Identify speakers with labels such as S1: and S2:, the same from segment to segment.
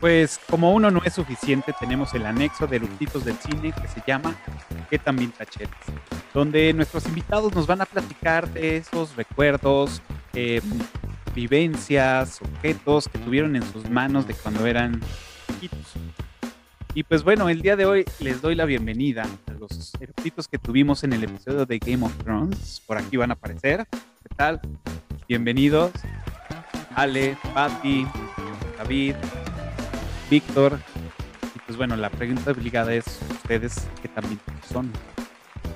S1: Pues como uno no es suficiente, tenemos el anexo de eructitos del cine que se llama ¿Qué también tachetes? Donde nuestros invitados nos van a platicar de esos recuerdos, eh, vivencias, objetos que tuvieron en sus manos de cuando eran chiquitos. Y pues bueno, el día de hoy les doy la bienvenida a los eructitos que tuvimos en el episodio de Game of Thrones. Por aquí van a aparecer. ¿Qué tal? Bienvenidos. Ale, Patti, David, Víctor. Y pues bueno, la pregunta obligada es ustedes que también son.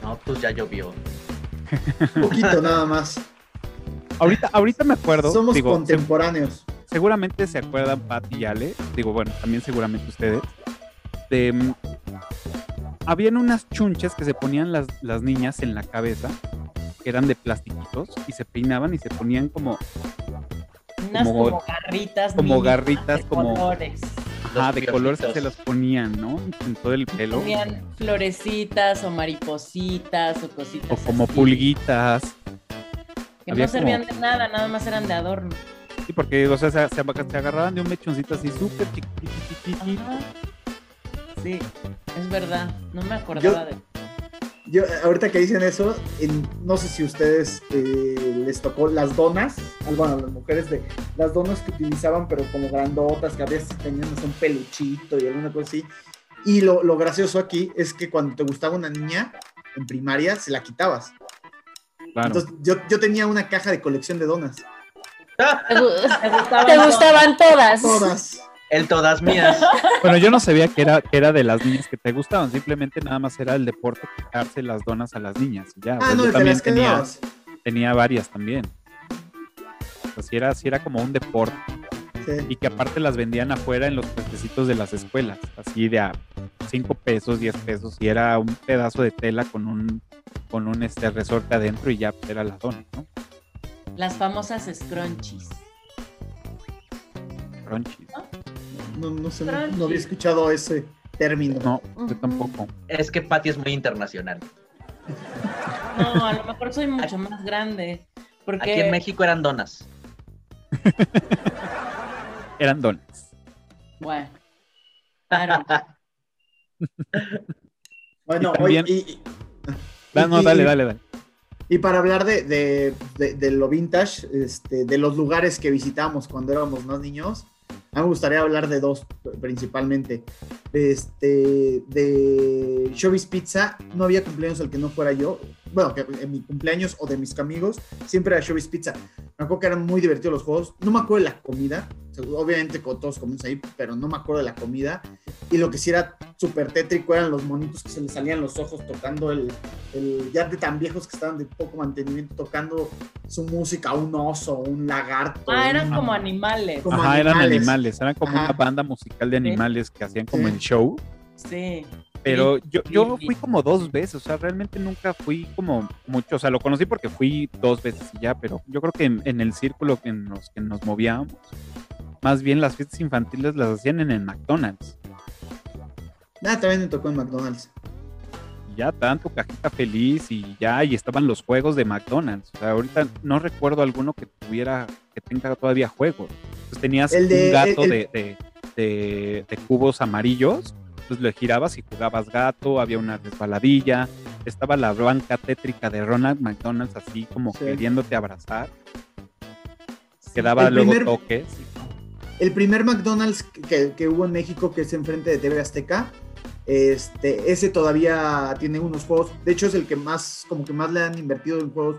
S2: No, pues ya llovió.
S3: Un poquito nada más.
S1: Ahorita, ahorita me acuerdo.
S3: Somos
S1: digo,
S3: contemporáneos.
S1: se- seguramente se acuerdan Pat y Ale. Digo, bueno, también seguramente ustedes. De, mm, habían unas chunches que se ponían las, las niñas en la cabeza, que eran de plastiquitos, y se peinaban y se ponían como,
S4: Unas
S1: Como-
S4: como, garritas.
S1: como
S4: mini,
S1: garritas,
S4: de
S1: como-
S4: Colores.
S1: ajá, de
S2: piojitos.
S1: colores que se los ponían, ¿no? En todo el pelo.
S4: Tenían florecitas o maripositas o cositas.
S1: O como
S4: así,
S1: pulguitas.
S4: Que
S1: había
S4: no servían de nada, nada más eran de adorno.
S1: Sí, porque, o sea, se, se ag- se agarraban de un mechoncito así súper chiquitito.
S4: Ajá. Sí, es verdad. No me
S3: Yo-
S4: acordaba de.
S3: Yo, eh, ahorita que dicen eso, en- no sé si ustedes eh, les tocó las donas, ah, bueno, a las mujeres de las donas que utilizaban, pero como grandotas, que a veces tenían hasta un peluchito y alguna cosa así. Y lo, lo gracioso aquí es que cuando te gustaba una niña en primaria, se la quitabas.
S1: Claro.
S3: Entonces, yo, yo tenía una caja de colección de donas.
S2: ¡Ah!
S5: Te, gu-
S4: Me gustaban
S5: te
S4: todas.
S5: gustaban todas.
S3: Todas.
S1: Ah,
S2: El todas mías.
S1: Bueno, yo no sabía que era, que era de las niñas que te gustaban, simplemente nada más era el deporte quitarse las donas a las niñas. y Ya, O
S3: Ah,
S1: sea, pues
S3: no,
S1: yo
S3: y te
S1: también
S3: las
S1: tenía,
S3: quedabas.
S1: tenía varias también. Así era, sí era como un deporte.
S3: Sí.
S1: Y que aparte las vendían afuera en los puestecitos de las escuelas, así de a 5 pesos, 10 pesos, y era un pedazo de tela con un, con un este resorte adentro y ya era la dona, ¿no?
S4: Las famosas scrunchies.
S1: Crunchy.
S3: Ah, No, no sé, no- no había escuchado ese término.
S1: No, yo tampoco.
S2: Es que Patty es muy internacional.
S4: No, a lo mejor soy mucho más grande. Porque
S2: Aquí en México eran donas.
S1: Eran donas.
S4: Bueno. Claro.
S3: Bueno,
S1: Y también-
S3: oye, y-
S1: Da- no,
S3: y-
S1: dale, dale, dale.
S3: Y para hablar de, de- de- de lo vintage, este, de los lugares que visitamos cuando éramos más niños, a mí me gustaría hablar de dos principalmente. Este, de Chovis Pizza, no había cumpleaños al que no fuera yo. Bueno, que en mi cumpleaños o de mis amigos, siempre era Chovis Pizza. Me acuerdo que eran muy divertidos los juegos. No me acuerdo de la comida. O sea, Obviamente con todos comimos ahí, pero no me acuerdo de la comida. Y lo que sí era súper tétrico eran los monitos que se les salían los ojos tocando el, el- ya de tan viejos que estaban de poco mantenimiento tocando su música, un oso, un lagarto.
S4: Ah, eran
S3: un-
S4: como animales.
S3: Como
S1: Ajá, eran
S3: animales.
S1: animales, eran como
S3: Ajá.
S1: una banda musical de animales que hacían como
S3: Sí.
S1: el show,
S4: Sí.
S1: pero
S4: Sí,
S1: yo,
S4: sí,
S1: yo
S4: sí.
S1: fui como dos veces, o sea, realmente nunca fui como mucho, o sea, lo conocí porque fui dos veces y ya, pero yo creo que en, en el círculo en los que nos movíamos, más bien las fiestas infantiles las hacían en el McDonald's,
S3: Ah, también me tocó en McDonald's.
S1: y ya tanto cajita feliz y ya, y estaban los juegos de McDonald's, o sea, ahorita no recuerdo alguno que tuviera, que tenga todavía juegos, pues tenías
S3: El de-
S1: un gato
S3: el-
S1: de- de- de- de cubos amarillos, pues lo girabas y jugabas gato, había una resbaladilla, estaba la blanca tétrica de Ronald McDonald's así como
S3: Sí.
S1: queriéndote abrazar, que daba
S3: El
S1: luego
S3: primer-
S1: toques.
S3: El primer McDonald's que, que hubo en México, que es enfrente de TV Azteca, este, ese todavía tiene unos juegos. De hecho, es el que más, como que más le han invertido en juegos.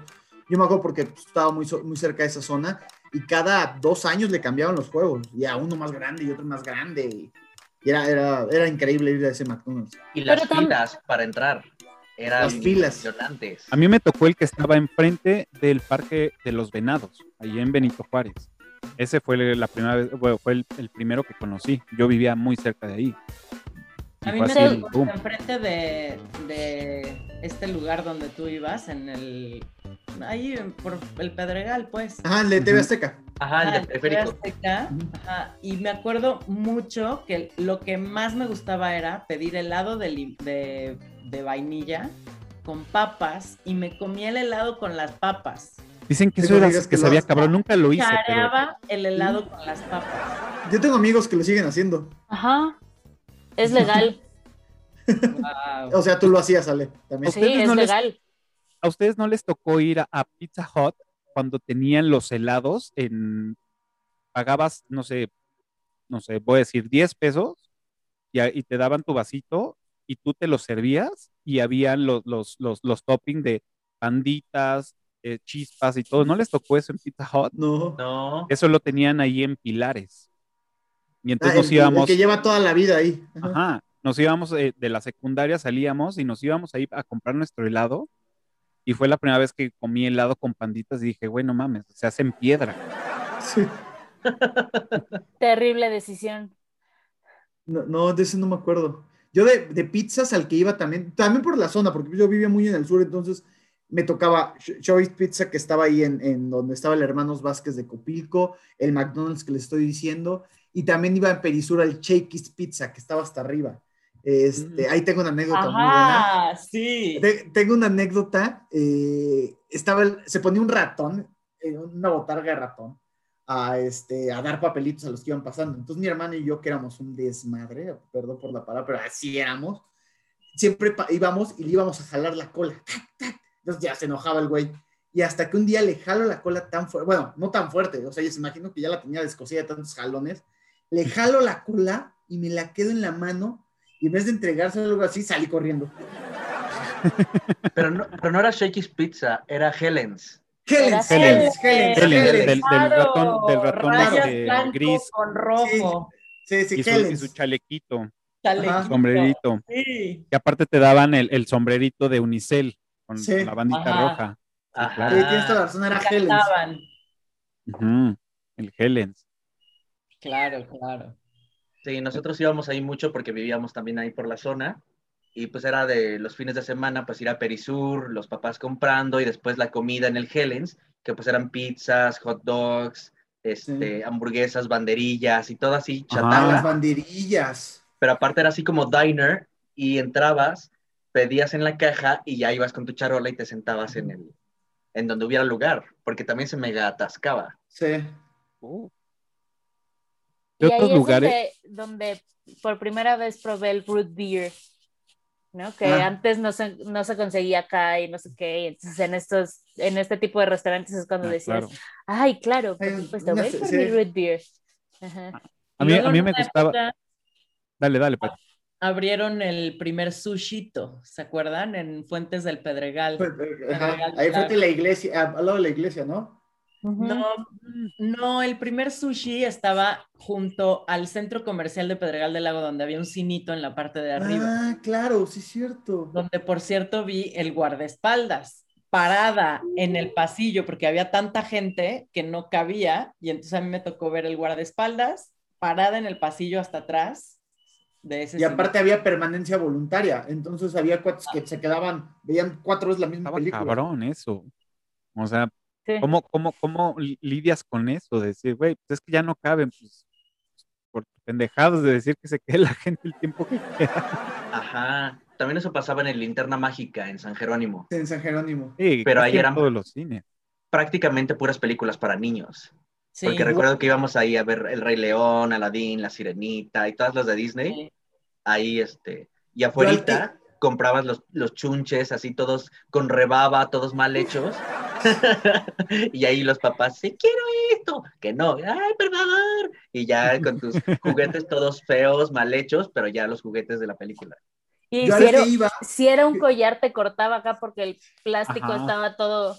S3: Yo me acuerdo porque pues, estaba muy, so- muy cerca de esa zona y cada dos años le cambiaban los juegos. Y a uno más grande y otro más grande. Y, y era, era, era increíble ir a ese McDonald's.
S2: Y las
S5: Pero tam-
S2: filas para entrar eran
S3: Las filas.
S2: impresionantes.
S1: A mí me tocó el que estaba enfrente del Parque de los Venados, ahí en Benito Juárez. Ese fue la primera vez, bueno, fue el, el primero que conocí. Yo vivía muy cerca de ahí. Y
S4: A mí
S1: fue
S4: me
S1: así el
S4: tocó
S1: boom.
S4: enfrente de, de este lugar donde tú ibas, en el. Ahí por el Pedregal, pues.
S3: Ajá, el de TV
S1: Ujú.
S3: Azteca.
S2: Ajá, el
S4: Ajá,
S5: Ah,
S2: de preférico.
S4: Azteca,
S3: Ujú.
S4: ajá, y me acuerdo mucho que lo que más me gustaba era pedir helado de, lim- de, de vainilla con papas y me comía el helado con las papas.
S1: Dicen que
S3: Sí,
S1: eso
S3: no
S1: era
S3: digas
S1: que,
S3: que lo
S1: sabía
S3: haces.
S1: cabrón, nunca lo hice. pero-
S4: Chareaba el helado con las papas.
S3: Yo tengo amigos que lo siguen haciendo.
S5: Ajá. Es legal.
S4: Wow.
S3: O sea, tú lo hacías, Ale, también.
S5: Sí,
S1: ustedes
S5: es
S1: no les-
S5: legal.
S1: ¿A ustedes no les tocó ir a, a Pizza Hut cuando tenían los helados en pagabas, no sé, no sé, voy a decir 10 pesos y, a- y te daban tu vasito y tú te lo servías y habían los, los, los, los toppings de panditas, eh, chispas y todo. ¿No les tocó eso en Pizza Hut?
S3: No.
S2: No.
S1: Eso lo tenían ahí en pilares. Y
S3: Ah,
S1: entonces
S3: el,
S1: nos
S3: que-
S1: íbamos.
S3: el que lleva toda la vida ahí. Ajá.
S1: Ajá, nos íbamos eh, de la secundaria, salíamos y nos íbamos ahí a comprar nuestro helado. Y fue la primera vez que comí helado con panditas y dije, güey, no mames, se hacen piedra.
S3: Sí.
S5: Terrible decisión.
S3: No, no, de ese no me acuerdo. Yo de, de pizzas al que iba también, también por la zona, porque yo vivía muy en el sur, entonces me tocaba Ch- Choice Pizza que estaba ahí en, en donde estaba el Hermanos Vázquez de Copilco, el McDonald's que les estoy diciendo, y también iba en Perisur al Shakey's Pizza que estaba hasta arriba. Este,
S1: Mm.
S3: Ahí tengo una anécdota muy buena.
S4: Ajá, sí.
S3: Te- tengo una anécdota. eh, estaba el- se ponía un ratón, eh, una botarga de ratón, a, este, a dar papelitos a los que iban pasando. Entonces mi hermana y yo, que éramos un desmadre, perdón por la palabra, pero así éramos, siempre pa- íbamos y le íbamos a jalar la cola. ¡tac, tac! Entonces ya se enojaba el güey. Y hasta que un día le jalo la cola tan fuerte, bueno, no tan fuerte, o sea, yo se imagino que ya la tenía descosida de tantos jalones, le jalo la cola y me la quedo en la mano y en vez de entregárselo o algo así, salí corriendo.
S2: Pero no, pero no era Shakey's Pizza, era Helen's.
S3: Helens,
S5: Era
S3: Helens, Helens,
S5: Helens.
S1: Helen,
S3: Helens.
S1: del, del
S5: Claro.
S1: ratón, del ratón
S4: Rayas
S1: este,
S4: blanco
S1: gris
S4: con rojo.
S3: Sí, sí, Ah,
S1: y su, y
S3: Helens.
S1: su chalequito,
S4: chalequito.
S3: Ajá.
S1: sombrerito.
S4: Sí.
S1: Que aparte te daban el, el sombrerito de Unicel con,
S3: Sí.
S1: con la bandita
S4: Ajá.
S1: roja.
S2: Ajá.
S1: claro.
S3: Sí, tienes toda la razón, era Helens.
S4: Cantaban.
S1: Ujú, El Helens.
S4: Claro, claro.
S2: Sí, nosotros íbamos ahí mucho porque vivíamos también ahí por la zona. Y pues era de los fines de semana, pues ir a Perisur, los papás comprando y después la comida en el Helens, que pues eran pizzas, hot dogs, este, hamburguesas, banderillas y todo así,
S1: Ajá.
S3: Ah,
S2: chatarra.
S3: las banderillas.
S2: Pero aparte era así como diner y entrabas, pedías en la caja y ya ibas con tu charola y te sentabas en el en donde hubiera lugar, porque también se mega atascaba.
S3: Sí.
S1: De
S5: y ahí
S1: otros
S5: es
S1: lugares.
S5: Donde, donde por primera vez probé el root beer, ¿no? Que
S3: Ah.
S5: antes no se, no se conseguía acá y no sé qué. y entonces en estos, en este tipo de restaurantes es cuando
S1: Ah,
S5: decías,
S1: claro.
S5: ay, claro,
S3: Hay
S5: por
S3: un-
S5: supuesto,
S3: una
S5: voy
S3: se-
S5: por
S3: sí.
S5: mi root beer. Ajá.
S1: A mí,
S4: Luego
S1: a mí
S4: en
S1: me
S4: una
S1: gustaba.
S4: época
S1: Dale, dale, pues,
S3: Ah,
S1: Pati.
S4: Abrieron el primer sushito, ¿se acuerdan? En Fuentes del Pedregal.
S3: Pues, eh, Ajá, Ahí frente a la iglesia, ah, al lado de la iglesia, ¿no?
S4: No, no, el primer sushi estaba junto al centro comercial de Pedregal del Lago, donde había un cinito en la parte de arriba,
S3: Ah, claro, sí es cierto.
S4: donde por cierto vi el guardaespaldas parada en el pasillo, porque había tanta gente que no cabía, y entonces a mí me tocó ver el guardaespaldas parada en el pasillo hasta atrás de ese
S3: Y aparte había permanencia voluntaria, entonces había cuates que se quedaban, veían cuatro veces la misma
S1: Estaba
S3: película.
S1: cabrón eso. O sea,
S5: Sí.
S1: ¿cómo, cómo, cómo li- lidias con eso? De decir, güey, pues es que ya no caben, pues, por pendejadas de decir que se quede la gente el tiempo que queda.
S2: Ajá. También eso pasaba en el Linterna Mágica en San Jerónimo.
S3: En San Jerónimo.
S1: Sí,
S2: Pero
S1: casi
S2: ahí
S1: en
S2: eran-
S1: todos los cines.
S2: Prácticamente puras películas para niños.
S4: Sí,
S2: Porque recuerdo que íbamos ahí a ver El Rey León, Aladdin, La Sirenita y todas las de Disney.
S4: sí.
S2: Ahí, este. Y
S3: Yo al
S2: afuera comprabas los, los chunches así todos con rebaba, todos mal hechos. y ahí los papás, sí, quiero esto. Que no, ay, perdón. Y ya con tus juguetes todos feos, mal hechos, pero ya los juguetes de la película.
S5: Y
S3: Yo
S5: si
S3: al
S5: era,
S3: que iba,
S5: si era un collar, te cortaba acá porque el plástico
S1: Ajá.
S5: estaba todo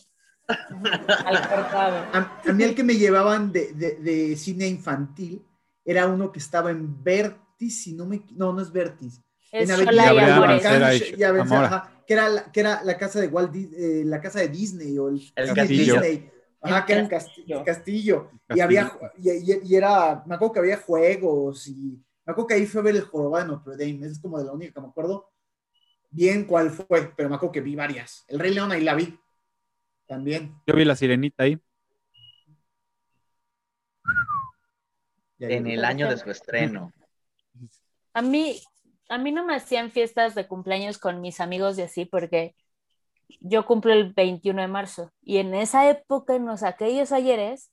S5: al cortado.
S3: a, a mí el que me llevaban de, de- de cine infantil era uno que estaba en Vertis, si no me... No, no es Vertis.
S5: Es
S3: en Avenida
S5: Xola y
S1: Gabriel
S5: Albores.
S1: Avancera.
S3: Volcán,
S1: y
S3: y Avencera,
S1: Zamora.
S3: ajá, que era la, que era la casa de Walt Dis- eh, la casa de Disney o el,
S2: El
S3: Disney.
S2: castillo.
S3: Ajá,
S4: El
S3: que era el castillo.
S4: castillo.
S3: castillo. Y
S1: Castillo.
S3: había y, y- y era, me acuerdo que había juegos y me acuerdo que ahí fue a ver el jorobado de Notre Dame, esa es como de la única que me acuerdo bien cuál fue, pero me acuerdo que vi varias. El Rey León ahí la vi también.
S1: Yo vi la sirenita ahí.
S3: Y ahí-
S2: En el año de su estreno.
S5: A mí, a mí no me hacían fiestas de cumpleaños con mis amigos y así, porque yo cumplo el 21 de marzo. Y en esa época, en los aquellos ayeres,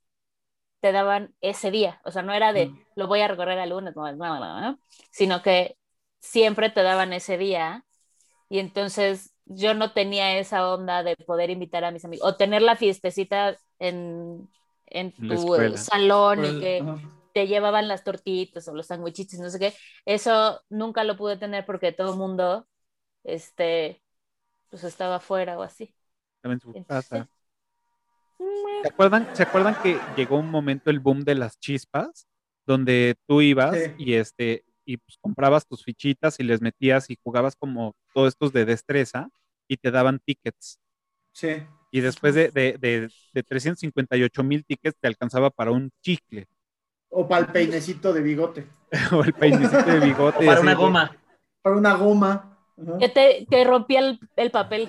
S5: te daban ese día. O sea, no era de lo voy a recorrer al lunes, no, no, no, no, sino que siempre te daban ese día. Y entonces yo no tenía esa onda de poder invitar a mis amigos o tener la fiestecita en, en
S1: En la
S5: tu
S1: escuela.
S5: salón
S3: Por
S5: y
S3: el-
S5: que
S3: ajá.
S5: te llevaban las tortitas o los sandwichitos, no sé qué. Eso nunca lo pude tener porque todo el mundo este, pues estaba afuera o así.
S1: estaba en su casa.
S5: Mm,
S1: ¿Se acuerdan, ¿Se acuerdan que llegó un momento el boom de las chispas? Donde tú ibas
S3: Sí.
S1: y este y pues, comprabas tus fichitas y les metías y jugabas como todos estos de destreza y te daban tickets.
S3: Sí.
S1: Y después de, de, de, de 358 mil tickets te alcanzaba para un chicle
S3: O para el peinecito de bigote.
S1: o el peinecito de bigote.
S2: O para
S1: así
S2: una
S1: de-
S2: goma.
S3: Para una goma. Ajá.
S5: Que, te, que rompía el, el papel.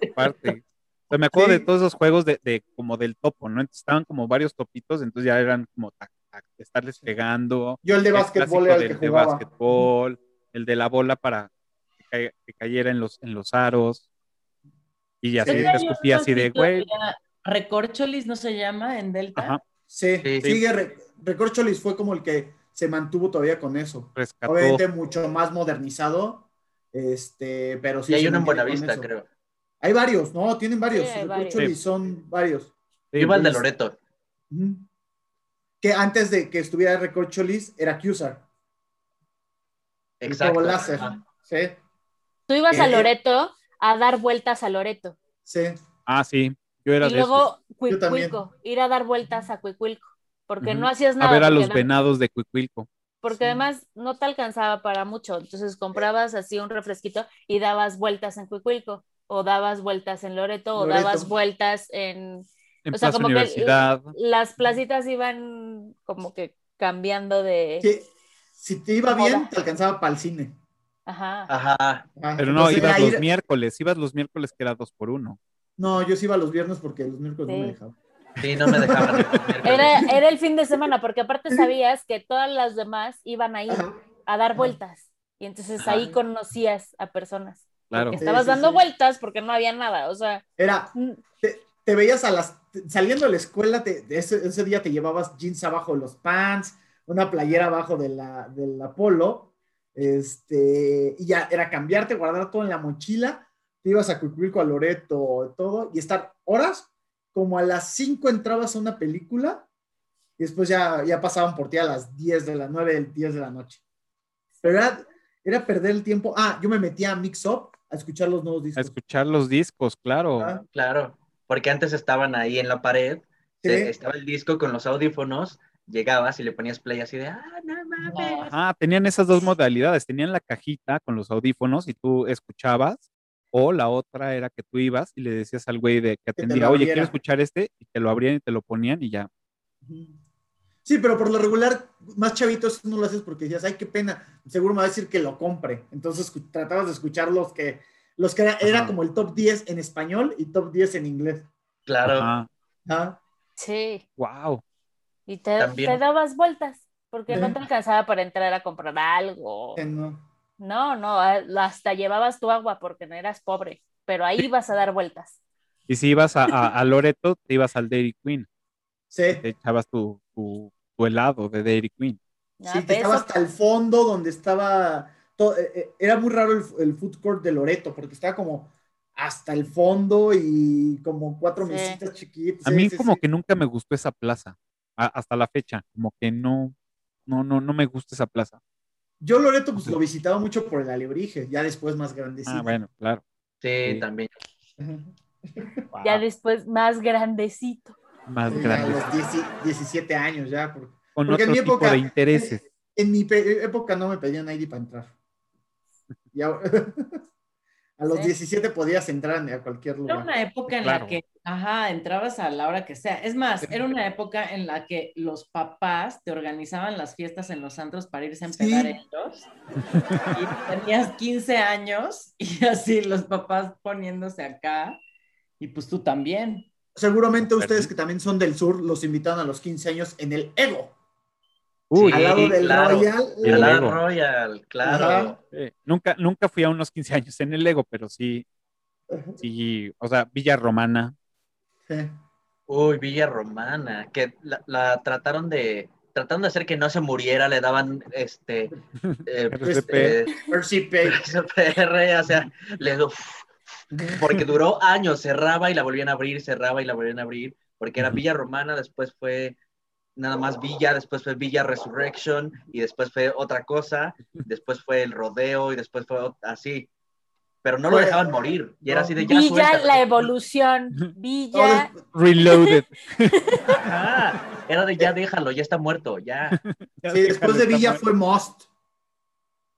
S3: Sí.
S1: parte. O sea, me acuerdo de
S3: Sí.
S1: todos esos juegos de, de como del topo, ¿no? Entonces, estaban como varios topitos, entonces ya eran como tac, tac, de estarles pegando.
S3: Yo el de
S1: El
S3: básquetbol
S1: clásico
S3: era el
S1: del
S3: que
S1: de
S3: jugaba.
S1: básquetbol, el de la bola para que, caiga- que cayera en los, en los aros. Y así
S3: Sí.
S1: te escupía así de, güey,
S4: Recorcholis no se llama en Delta.
S1: ajá,
S3: Sí.
S2: Sí.
S3: Sigue. Re- Recorcholis fue como el que se mantuvo todavía con eso.
S1: rescató.
S3: Obviamente mucho más modernizado. Este, pero sí.
S2: y hay
S3: se
S2: uno en
S3: mantiene con
S2: Buenavista,
S3: eso.
S2: creo.
S3: Hay varios, ¿no? Tienen varios.
S5: Sí, hay
S3: Recorcholis
S1: varios.
S3: son varios.
S1: Sí,
S2: Yo iba al de
S3: pues,
S1: Luis,
S2: Loreto.
S3: Ujú. Que antes de que estuviera Recorcholis era Cusar. El
S2: Exacto.
S3: cabo láser.
S2: Ajá.
S3: Sí.
S5: Tú ibas a
S3: Eh.
S5: Loreto a dar vueltas a Loreto.
S3: Sí.
S1: Ah, sí, yo era
S5: Y
S1: de esos.
S5: luego
S3: Yo también.
S5: Cuicuilco, ir a dar vueltas a Cuicuilco. Porque
S1: Ujú.
S5: no hacías
S1: A
S5: nada.
S1: ver a
S5: porque
S1: los
S5: no-
S1: venados de Cuicuilco.
S5: porque
S3: Sí.
S5: además no te alcanzaba para mucho. Entonces comprabas así un refresquito y dabas vueltas en Cuicuilco, o dabas vueltas en Loreto, o
S3: Loreto.
S5: dabas vueltas en
S1: En
S5: O sea,
S1: Plaza
S5: como que el-
S1: Universidad.
S5: las placitas iban como que cambiando de
S3: Que si te iba bien,
S5: Moda.
S3: te alcanzaba para el cine.
S5: ajá.
S2: Ajá.
S3: Ah,
S1: Pero no,
S3: entonces
S1: ibas
S3: era
S1: los
S3: ir-
S1: miércoles, ibas los miércoles que era dos por uno.
S3: No, yo sí iba los viernes porque los miércoles no
S5: Sí.
S3: me dejaban.
S2: Sí, no me dejaban.
S5: Era, era el fin de semana, porque aparte sabías que todas las demás iban a ir
S3: Ajá.
S5: a dar vueltas. Y entonces
S2: Ajá.
S5: ahí conocías a personas.
S1: Claro.
S5: Estabas
S3: sí,
S5: dando
S3: sí.
S5: vueltas porque no había nada. O sea,
S3: Era,
S5: mm,
S3: te, te veías a las, te- saliendo de la escuela, te- ese, ese día te llevabas jeans abajo de los pants, una playera abajo de la, del polo, este, y ya era cambiarte, guardar todo en la mochila, te ibas a Cucuilco, a Loreto, todo, y estar horas, como a las 5 entrabas a una película, y después ya, ya pasaban por ti a las 10 de la 9, 10 de la noche. Pero era, era perder el tiempo. Ah, yo me metía a Mix Up a escuchar los nuevos
S1: A
S3: discos.
S1: escuchar los discos, claro.
S3: Ah,
S2: Claro. Porque antes estaban ahí en la pared.
S3: sí.
S2: se- Estaba el disco con los audífonos. Llegabas y le ponías play así de, ah, no mames.
S1: Ajá, Ah, tenían esas dos modalidades, tenían la cajita con los audífonos y tú escuchabas, o la otra era que tú ibas y le decías al güey de que
S3: te
S1: atendía,
S3: lo
S1: oye, quiero
S3: abriera".
S1: escuchar este, y te lo abrían y te lo ponían y ya.
S3: Sí, pero por lo regular, más chavitos no lo haces porque decías, ay, qué pena, seguro me va a decir que lo compre. Entonces escu- tratabas de escuchar los que, los que era, era
S1: Ajá.
S3: como el top 10 en español y top 10 en inglés. ¿ah?
S2: Claro.
S1: Ajá,
S3: Ajá.
S5: sí.
S1: wow.
S5: Y te,
S2: También.
S5: te dabas vueltas porque no
S3: Sí.
S5: te alcanzaba para entrar a comprar algo.
S3: Que no.
S5: No, no, a- hasta llevabas tu agua porque no eras pobre, pero ahí vas a dar vueltas.
S1: Y si ibas a, a- a Loreto, te ibas al Dairy Queen,
S3: Sí.
S1: te echabas tu, tu, tu helado de Dairy Queen.
S5: Ah,
S3: Sí, que
S5: pero
S3: estaba
S5: eso-
S3: hasta el fondo donde estaba. to- eh, eh, era muy raro el, el food court de Loreto porque estaba como hasta el fondo y como cuatro
S5: Sí.
S3: mesitas chiquitas.
S1: A
S3: Sí,
S1: mí
S3: sí,
S1: como
S3: sí.
S1: que nunca me gustó esa plaza, a- hasta la fecha, como que no, no, no, no me gusta esa plaza.
S3: Yo Loreto pues lo visitaba mucho por el alebrije, ya después más grandecito.
S1: Ah, bueno, claro.
S2: Sí,
S1: Sí.
S2: también.
S3: Ajá.
S5: ya
S1: Wow,
S5: después más grandecito.
S1: más
S3: Sí,
S1: grande,
S3: A los 10 17 años ya. por-
S1: con
S3: porque
S1: otro
S3: en mi
S1: tipo
S3: época-
S1: de intereses.
S3: En mi pe- época no me pedían ID para entrar. Y ahora- a los
S5: Sí.
S3: 17 podías entrar a cualquier
S4: Era
S3: lugar.
S4: una época en
S1: Claro.
S4: la que, ajá, entrabas a la hora que sea. Es más, era una época en la que los papás te organizaban las fiestas en los antros para irse a
S3: Sí.
S4: empedar ellos. Y tenías 15 años y así los papás poniéndose acá. Y pues tú también.
S3: Seguramente
S1: Perdón.
S3: ustedes que también son del sur los invitaron a los 15 años en el Ego.
S1: Uy,
S2: Sí,
S3: al lado del
S2: claro.
S3: Royal.
S1: Y
S2: Al
S1: el
S2: lado
S1: Lego.
S2: Royal,
S3: Ajá.
S2: claro.
S1: Eh, nunca, nunca fui a unos 15 años en el Lego, pero sí,
S3: Ajá.
S1: sí, o sea, Villa Romana,
S3: Sí.
S2: Uy, Villa Romana, que la, la trataron de tratando de hacer que no se muriera, le daban este eh,
S3: Pues,
S1: RCP.
S2: eh,
S3: RCP.
S2: SPR, o sea, le uf, porque duró años, cerraba y la volvían a abrir, cerraba y la volvían a abrir, porque era Villa Romana, después fue nada más Villa, después fue Villa Resurrection y después fue otra cosa, después fue el rodeo y después fue ot- así. Pero no lo
S3: Fue-
S2: dejaban morir, y era así de ya
S5: Villa,
S2: suéltalo.
S5: la evolución. Villa.
S1: Reloaded.
S2: Ajá, era de ya déjalo, ya está muerto, ya.
S3: Sí, después de Villa fue Most.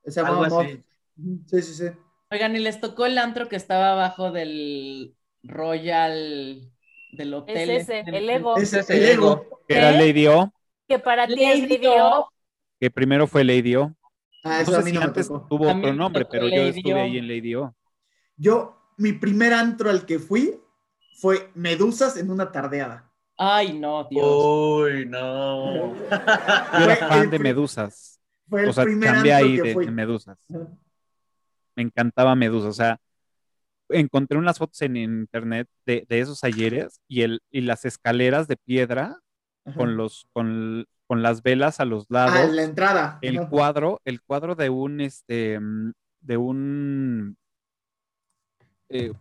S3: Se
S2: Algo
S3: llamaba Most.
S2: así.
S3: Ujú, Sí, sí, sí.
S4: Oigan, y les tocó el antro que estaba abajo del Royal del hotel. este,
S5: Es ese, el Evo.
S3: Ese es
S2: Ese
S3: el ego.
S1: Que era
S5: ¿Qué?
S3: ¿Eh?
S1: Lady O,
S5: Que para ti es
S4: Lady
S5: video.
S4: O.
S1: que primero fue Lady O.
S3: Ah, eso
S1: no
S3: a
S1: sé
S3: mí
S1: si
S3: no me
S1: antes
S3: tocó.
S1: tuvo
S4: A mí
S1: otro
S4: me
S1: nombre,
S4: tocó
S1: pero yo
S4: Lady
S1: estuve
S4: O.
S1: ahí en Lady O.
S3: Yo, mi primer antro al que fui fue Medusas en una tardeada.
S4: Ay, no, Dios.
S3: Oh,
S2: Uy, no.
S1: Yo era
S3: Ah, Fue
S1: fan
S3: el
S1: de
S3: pri-
S1: Medusas.
S3: Fue el
S1: O sea,
S3: primer
S1: cambié
S3: antro
S1: ahí
S3: que
S1: de,
S3: fui.
S1: de Medusas. Me encantaba Medusa. O sea, encontré unas fotos en internet de, de esos ayeres y, el, y las escaleras de piedra
S3: Ajá.
S1: con, los, con, con las velas a los lados.
S3: Ah, en la entrada.
S1: el
S3: Ajá.
S1: cuadro, el cuadro de un este mm, de un eh,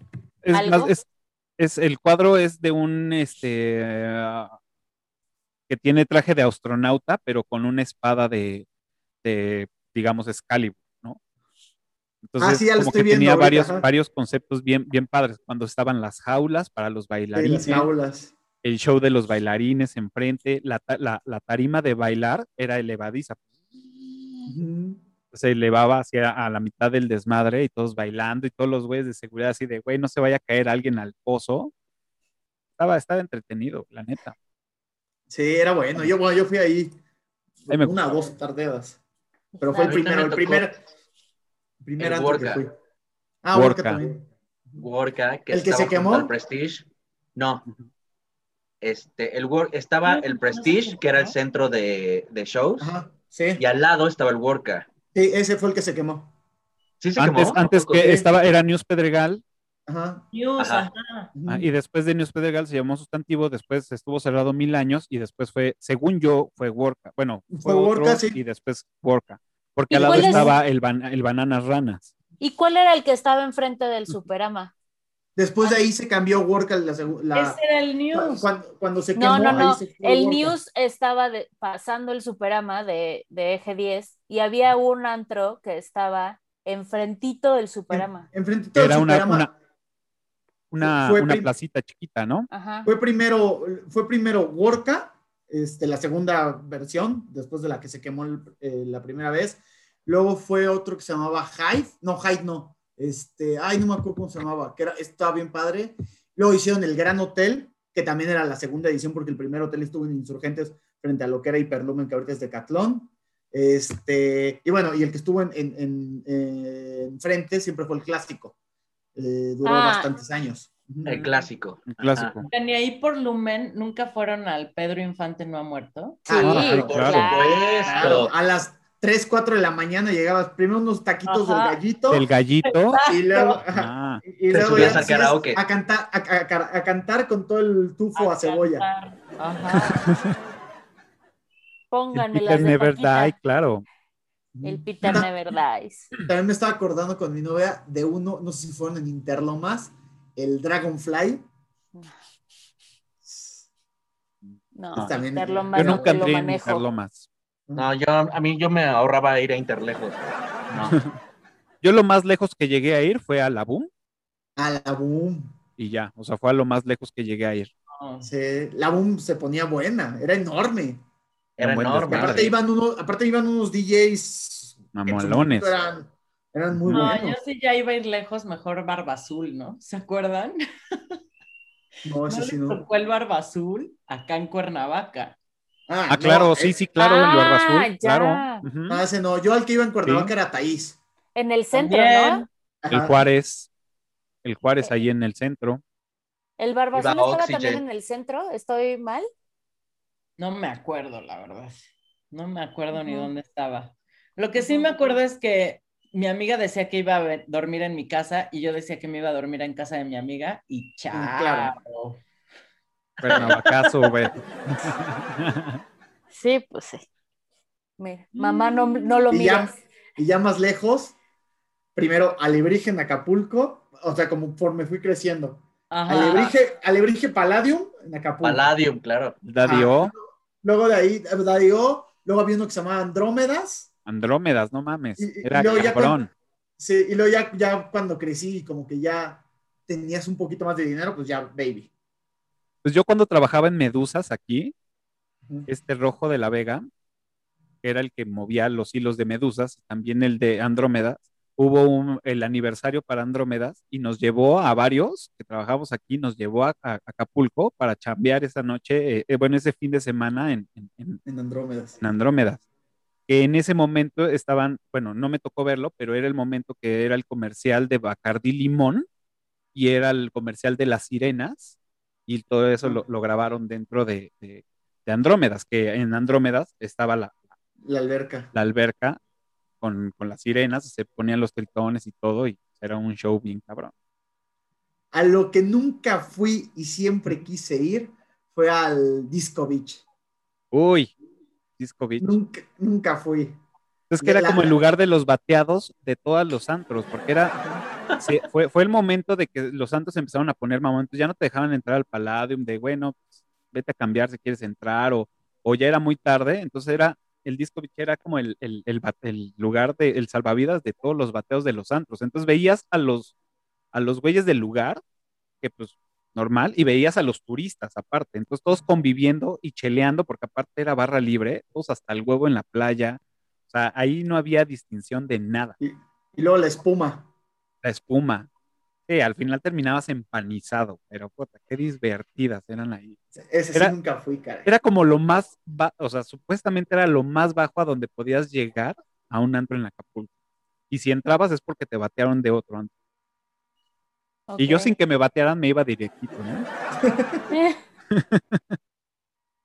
S1: es,
S5: ¿Algo?
S1: más, es, es- el cuadro es de un este ah, que tiene traje de astronauta, pero con una espada de, de, digamos Excalibur, ¿no? Entonces,
S3: Ah, sí, ya lo
S1: como
S3: estoy
S1: que tenía
S3: viendo ahorita,
S1: varios,
S3: ajá.
S1: varios conceptos bien, bien padres, cuando estaban las jaulas para los
S3: De
S1: bailarines,
S3: las aulas.
S1: el show de los bailarines enfrente, la, ta- la- la tarima de bailar era elevadiza,
S3: Ujú.
S1: se elevaba hacia a la mitad del desmadre y todos bailando y todos los güeyes de seguridad así de, güey, no se vaya a caer alguien al pozo. Estaba, estaba entretenido, la neta.
S3: Sí, era bueno. Yo, bueno, yo fui ahí
S1: Ahí me
S3: una o dos tardeadas. Pero fue el
S5: A mí
S3: primero, el
S2: también me
S3: primer, primer
S2: El
S3: antro que
S2: Worka.
S3: fui. Ah, Worka
S1: Worka.
S3: también.
S2: Worka, que
S3: ¿El que se
S2: estaba junto
S3: quemó?
S2: al Prestige. No. Este, el Wor- estaba
S3: Ah,
S4: No, no,
S2: el
S4: no se
S2: Prestige,
S4: quemó.
S2: que era el centro de, de shows,
S3: Ajá, sí.
S2: y al lado estaba el Worka.
S3: Sí, ese fue el que se quemó.
S2: ¿Sí se
S1: Antes,
S2: quemó?
S1: antes
S2: ¿O qué?
S1: que estaba, era News Pedregal
S3: Ajá.
S4: Dios,
S2: Ajá.
S4: ajá.
S3: Ujú.
S1: ah, y después de News Pedregal se llamó Sustantivo, después estuvo cerrado mil años y después fue, según yo, fue Worka. Bueno, fue,
S3: Fue Worka,
S1: otro
S3: sí.
S1: y después Worka. Porque
S5: ¿Y
S1: al lado
S5: cuál es?
S1: estaba el, ban- el Bananas Ranas.
S5: ¿Y cuál era el que estaba enfrente del Superama?
S3: Después de ahí se cambió Worka la, segu- la-
S4: Ese era el
S3: cu-
S4: news.
S3: cuando, cuando se quemó.
S5: No, no,
S3: ahí
S5: no.
S3: se quedó
S5: El
S3: Worka.
S5: News estaba de- pasando el Superama de, de Eje 10 y había un antro que estaba enfrentito del Superama.
S3: Enfrente todo el
S1: Era una-
S3: Superama.
S1: una- Una,
S3: Fue
S1: una
S3: prim-
S1: placita chiquita, ¿no?
S5: Ajá.
S3: Fue primero, fue primero Worka, este, la segunda versión, después de la que se quemó el- eh, la primera vez. Luego fue otro que se llamaba Hyde. No, Hyde no. Este, ay, no me acuerdo cómo se llamaba, que era, estaba bien padre. Luego hicieron el Gran Hotel, que también era la segunda edición, porque el primer hotel estuvo en Insurgentes frente a lo que era Hiperlumen, que ahorita es Decatlón. Este, y bueno, y el que estuvo en, en, en- en frente siempre fue el clásico. Eh, duró
S5: Ah.
S3: bastantes años. Ujú.
S2: El clásico.
S1: Un
S2: Ajá.
S1: clásico.
S4: Ni ahí por Lumen nunca fueron al Pedro Infante no ha muerto.
S5: Sí,
S3: Ah,
S1: claro.
S5: claro.
S2: Por supuesto.
S3: Claro, a las 3, 4 de la mañana llegabas primero unos taquitos
S5: Ajá.
S3: del gallito
S1: El gallito.
S3: y luego, ajá,
S1: Ah.
S3: y luego
S2: subías
S3: ya
S2: al
S3: te
S2: karaoke.
S3: ibas a cantar, a, a- a cantar con todo el tufo a, cebolla.
S5: cantar.
S4: Ajá.
S1: El
S5: Pónganme las
S1: Peter
S5: de
S1: Never
S5: Paquita.
S1: Die, claro.
S5: El Peter
S3: Ta-
S5: Never Dies.
S3: También me estaba acordando con mi novia de uno, no sé si fueron en Interlomas, el Dragonfly.
S5: No,
S3: Pues también-
S5: Interlomas
S1: Yo
S3: Bueno,
S1: nunca
S5: no te lo
S1: entré en
S5: manejo.
S1: Interlomas.
S2: No, yo, a mí yo me ahorraba ir a Interlejos. No.
S1: Yo lo más lejos que llegué a ir fue a la Boom
S3: A Ah, la boom.
S1: y ya. O sea, fue a lo más lejos que llegué a ir.
S4: No.
S3: se- la boom se ponía buena, era enorme.
S2: Era
S1: Un buen
S2: enorme.
S3: Y aparte,
S1: desmadre.
S3: iban unos, aparte iban unos DJs que en su
S1: Mamalones.
S3: momento Eran, eran muy
S4: No,
S3: buenos.
S4: yo sí ya iba a ir lejos, mejor Barba Azul, ¿no? ¿Se acuerdan?
S3: No, ese
S4: ¿No
S3: sí
S4: les
S3: no.
S4: tocó el Barba Azul acá en Cuernavaca?
S1: Ah,
S3: no,
S1: claro,
S3: eh, Ah,
S1: sí, sí, claro, el Barba
S5: Ah,
S1: Azul,
S5: ya.
S1: claro. Ujú.
S3: No, ese no. Yo al que iba en Cuernavaca
S1: Sí.
S3: era Taís.
S5: En el centro,
S4: También.
S5: ¿no?
S3: Ajá. Eh,
S1: El Juárez, el Juárez ahí en el centro.
S5: El Barba
S2: Iba
S5: Azul estaba
S2: Oxygen.
S5: también en el centro. ¿Estoy mal?
S4: No me acuerdo, la verdad. No me acuerdo ni
S5: Ujú.
S4: dónde estaba. Lo que sí me acuerdo es que mi amiga decía que iba a ve- dormir en mi
S3: Mm,
S4: casa y yo decía que me iba a dormir en casa de mi amiga y chao.
S3: claro.
S1: Cuernavacazo, güey.
S5: Sí, pues sí. Mira, mamá, no, no lo
S3: Y ya-
S5: mires.
S3: Y ya más lejos, primero Alebrije, Acapulco, o sea, como conforme fui creciendo.
S4: Ajá.
S3: Alebrije, Alebrije Palladium en Acapulco.
S2: Palladium, claro.
S1: Daddy
S3: Ah,
S1: O,
S3: Luego de ahí, Daddy O, luego había uno que se llamaba Andrómedas.
S1: Andrómedas, no mames.
S3: Y- y-
S1: Era
S3: y luego ya
S1: cabrón.
S3: Sí, y luego ya, ya cuando crecí y como que ya tenías un poquito más de dinero, pues ya, baby.
S1: Pues yo cuando trabajaba en Medusas aquí,
S3: Ujú.
S1: este rojo de la Vega, que era el que movía los hilos de Medusas, también el de Andrómedas, hubo un- el aniversario para Andrómedas y nos llevó a varios que trabajamos aquí, nos llevó a, a- a Acapulco para chambear esa noche, eh, eh, bueno, ese fin de semana en- en- en,
S3: En Andrómedas.
S1: en Andrómedas, que en ese momento estaban, bueno, no me tocó verlo, pero era el momento que era el comercial de Bacardí Limón y era el comercial de las sirenas y todo eso lo, lo grabaron dentro de, de- de Andrómedas, que en Andrómedas estaba la,
S3: La alberca.
S1: la alberca con, con las sirenas, se ponían los tritones y todo y era un show bien cabrón.
S3: A lo que nunca fui y siempre quise ir fue al Disco Beach.
S1: Uy, Disco Beach.
S3: Nunca, nunca fui.
S1: Es que era
S3: La-
S1: como el lugar de los bateados de todos los antros, porque era se- fue, fue el momento de que los antros empezaron a poner mamón, entonces ya no te dejaban entrar al Palladium de bueno, pues, vete a cambiar si quieres entrar, o, o ya era muy tarde, entonces era el disco Beach era como el, el- el ba- el lugar de el salvavidas de todos los bateos de los antros. Entonces veías a los a los güeyes del lugar, que pues normal, y veías a los turistas aparte. Entonces todos conviviendo y cheleando, porque aparte era barra libre, todos hasta el huevo en la playa. O sea, ahí no había distinción de nada.
S3: Y, y luego la espuma.
S1: La espuma. Sí, al final terminabas empanizado, pero puta, qué divertidas eran ahí.
S3: Ese
S1: Era-
S3: sí nunca fui, cara.
S1: Era como lo más, ba- o sea, supuestamente era lo más bajo a donde podías llegar a un antro en Acapulco. Y si entrabas es porque te batearon de otro antro. Y yo
S5: Ok.
S1: sin que me batearan me iba directito, ¿no?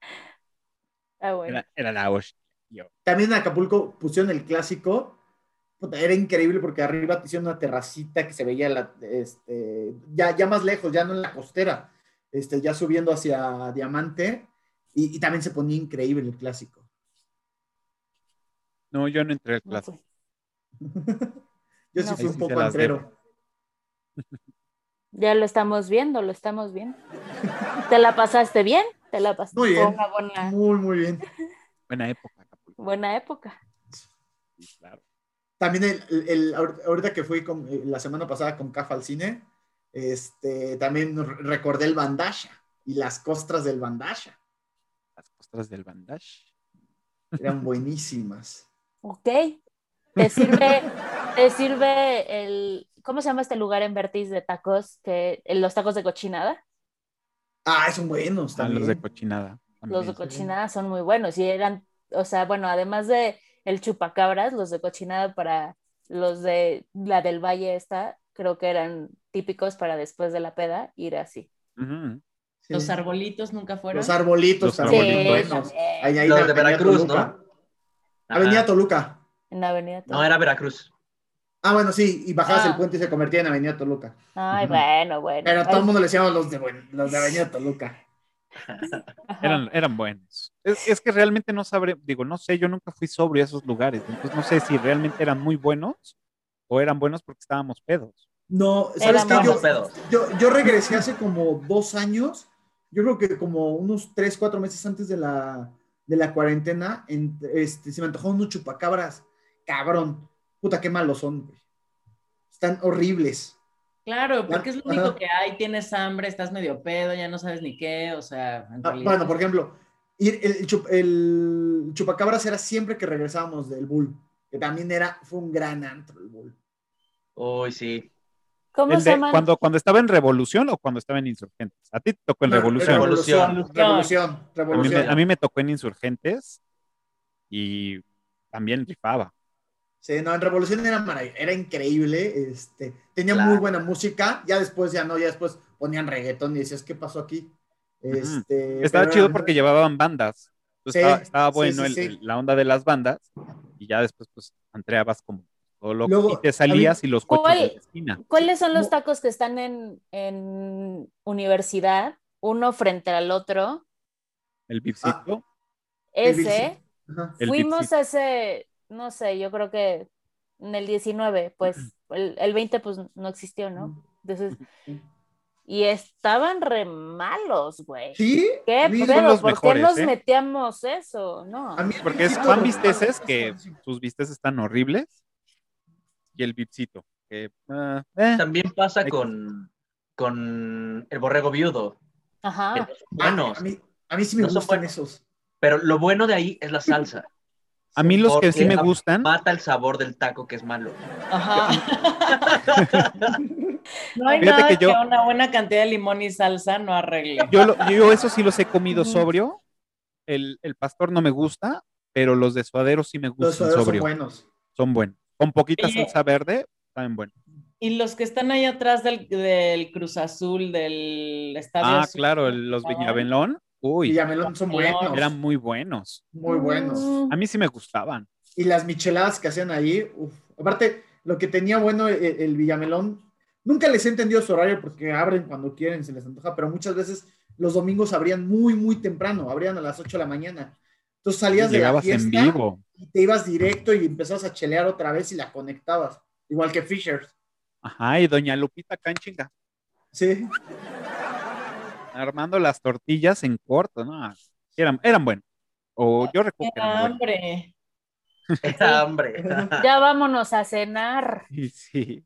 S5: Ah, bueno.
S1: Era, era la hostia.
S3: También en Acapulco pusieron el clásico. Puta, era increíble porque arriba te hicieron una terracita que se veía la, este, ya, ya más lejos, ya no en la costera, este, ya subiendo hacia Diamante. Y, y también se ponía increíble el clásico.
S1: No, yo no entré al
S5: No
S1: clásico.
S5: fui.
S3: Yo sí
S5: No.
S3: fui
S1: Ahí sí
S3: un
S1: se
S3: poco
S1: las
S3: entrero.
S5: Ya lo estamos viendo, lo estamos viendo. ¿Te la pasaste bien? ¿Te la pasaste?
S3: Muy bien.
S5: Fue una buena,
S3: Muy, muy bien.
S5: pues.
S1: Buena época, Acapulco.
S5: buena época.
S1: sí, claro.
S3: También el, el- el- ahor- ahorita que fui con, eh, la semana pasada con Cafa al cine, este, también re- recordé el bandasha y las costras del bandasha.
S1: Las costras del bandage.
S3: Eran buenísimas.
S5: Ok. ¿Te sirve, te sirve el. ¿Cómo se llama este lugar en Vertiz de tacos? que Los tacos de cochinada.
S3: Ah, son buenos
S1: Ah,
S3: también.
S1: los de cochinada. también.
S5: Los de cochinada son muy buenos y eran, o sea, bueno, además de el chupacabras, los de cochinada para los de la del Valle esta, creo que eran típicos para después de la peda ir así.
S1: Ujú.
S3: Sí.
S4: Los arbolitos nunca fueron.
S3: Los arbolitos
S1: Los
S3: también
S1: arbolitos.
S3: buenos.
S5: Sí,
S3: Ahí, ahí
S5: también.
S3: en
S2: Los de
S3: Avenida
S2: Veracruz,
S3: Toluca.
S2: ¿no? Ah. Ajá.
S3: Avenida Toluca.
S5: En la Avenida
S2: No,
S5: Toluca.
S2: era Veracruz.
S3: Ah, bueno, sí, y bajabas
S5: Ah.
S3: el puente y se convertía en Avenida Toluca.
S5: Ay,
S1: Ujú.
S5: bueno, bueno.
S3: Pero a todo
S5: Ay,
S3: el mundo le decíamos los de, buen- los de Avenida Toluca.
S5: ajá.
S1: Eran, eran buenos. Es, es que realmente no sabré, digo, no sé, yo nunca fui sobrio a esos lugares, entonces no sé si realmente eran muy buenos o eran buenos porque estábamos pedos.
S3: No, ¿sabes
S5: Éramos
S3: qué? Yo,
S2: Vamos, pedos.
S3: Yo, yo regresé hace como dos años, yo creo que como unos tres, cuatro meses antes de la, de la cuarentena, en- este, se me antojó unos chupacabras. Cabrón, puta, qué malos son, güey. Están horribles.
S4: Claro, porque es lo
S3: Ajá.
S4: único que hay, tienes hambre, estás medio pedo, ya no sabes ni qué, o sea, en
S3: Ah,
S4: realidad-
S3: bueno, por ejemplo, ir- el, chup- el chupacabras era siempre que regresábamos del Bull, que también era, fue un gran antro el Bull.
S2: Uy, sí.
S5: ¿Cómo
S1: El
S5: se
S1: de-
S5: llaman?
S1: cuando, cuando estaba en Revolución o cuando estaba en Insurgentes. A ti te tocó en
S3: No,
S1: Revolución.
S3: Revolución, revolución.
S1: A mí, me,
S3: revolución.
S1: a mí me tocó en Insurgentes y también rifaba.
S3: Sí, no, en Revolución era maravilloso, era increíble, este, tenía
S2: Claro.
S3: muy buena música, ya después, ya no, ya después ponían reggaetón y decías, ¿qué pasó aquí? Este,
S1: Estaba
S3: pero
S1: chido
S3: era-
S1: porque llevaban bandas. Entonces
S3: Sí,
S1: estaba, estaba
S3: sí,
S1: bueno
S3: sí,
S1: el-
S3: sí.
S1: el- la onda de las bandas y ya después pues entreabas como todo loco
S3: Luego,
S1: y te salías y los coches
S5: ¿Cuál?
S1: de la esquina.
S5: ¿Cuáles son los
S3: No.
S5: tacos que están en, en universidad uno frente al otro.
S1: El bipsito.
S3: El
S5: Ese,
S3: Ajá.
S1: el
S5: fuimos
S1: bipsito.
S5: a ese, no sé, yo creo que en el 19, pues el, el 20 pues no existió, ¿no? Entonces, y estaban re malos, güey.
S3: ¿Sí?
S5: ¿Qué
S3: Sí, son
S5: pedo?
S1: los
S5: ¿Por
S1: mejores,
S5: qué nos
S1: ¿eh?
S5: metíamos eso? No.
S3: A mí el
S1: Porque es
S3: bipsito
S1: pan
S3: me-
S1: visteces que sus vistes están horribles y el bipsito. Que, ah, eh,
S2: También pasa
S1: Hay-
S2: con, con el borrego viudo. que
S5: Ajá.
S2: no son
S3: Ah,
S2: buenos,
S3: A mí, a mí sí me
S2: No son
S3: gustan
S2: buenos.
S3: esos.
S2: pero lo bueno de ahí es la salsa.
S1: a mí los que sí
S2: Porque
S1: me gustan,
S2: Mata el sabor del taco que es malo.
S4: Ajá.
S5: No hay
S1: Fíjate
S4: nada
S1: que
S4: que,
S1: yo-
S4: una buena cantidad de limón y salsa no arregle.
S1: yo, lo- yo eso sí los he comido
S5: Ujú.
S1: sobrio. El, el pastor no me gusta, pero los de suadero sí me
S3: Los
S1: gustan
S3: suaderos son
S1: sobrio.
S3: buenos.
S1: Son buenos. Con poquita
S4: Oye.
S1: salsa verde, saben bueno.
S4: Y los que están ahí atrás del, del Cruz Azul, del Estadio
S1: Ah,
S4: Azul.
S1: claro, el- los
S4: Estaban-
S1: Villamelón.
S3: Y
S1: Uy,
S3: Villamelón son buenos.
S1: eran muy buenos.
S3: Muy buenos.
S5: Mm.
S1: A mí sí me gustaban.
S3: Y las micheladas que hacían ahí, uf. aparte, lo que tenía bueno e-, el, el Villamelón, nunca les he entendido su horario porque abren cuando quieren, se les antoja, pero muchas veces los domingos abrían muy, muy temprano, abrían a las 8 de la mañana. Entonces salías de la
S1: Llegabas
S3: fiesta
S1: en vivo.
S3: y te ibas directo y empezabas a chelear otra vez y la conectabas, igual que Fisher.
S1: Ajá, y doña Lupita Canchinga,
S3: Sí,
S1: armando las tortillas en corto, ¿no? Ah, Eran, eran buenos. O yo recuerdo que eran buenos.
S4: Hambre.
S2: Era hambre.
S5: Ya vámonos a cenar.
S1: Y sí.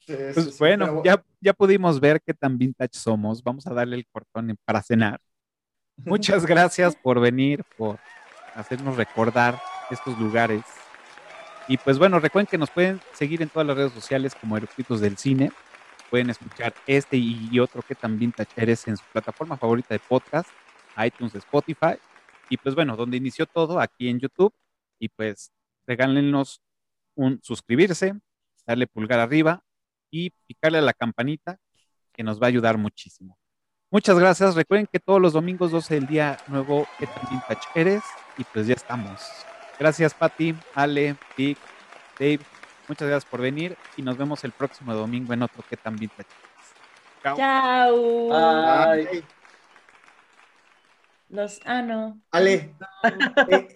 S3: sí, sí,
S1: Pues
S3: sí,
S1: bueno,
S3: pero-
S1: ya, ya pudimos ver qué tan vintage somos. Vamos a darle el cortón para cenar. Muchas gracias por venir, por hacernos recordar estos lugares. Y pues bueno, recuerden que nos pueden seguir en todas las redes sociales como Eructitos del Cine. Pueden escuchar este y otro que tan vintage eres en su plataforma favorita de podcast, iTunes, Spotify. Y pues bueno, donde inició todo, aquí en YouTube. Y pues regálenos un suscribirse, darle pulgar arriba y picarle a la campanita que nos va a ayudar muchísimo. Muchas gracias. Recuerden que todos los domingos 12 del día nuevo, ¿qué tan vintage eres? Y pues ya estamos. Gracias, Pati, Ale, Vic, Dave. Muchas gracias por venir y nos vemos el próximo domingo en otro ¿Qué tan vintage eres? Chao.
S5: Chao.
S3: Ah,
S2: Ay.
S3: Ay,
S4: Los. Ah, no.
S3: Ale, eh,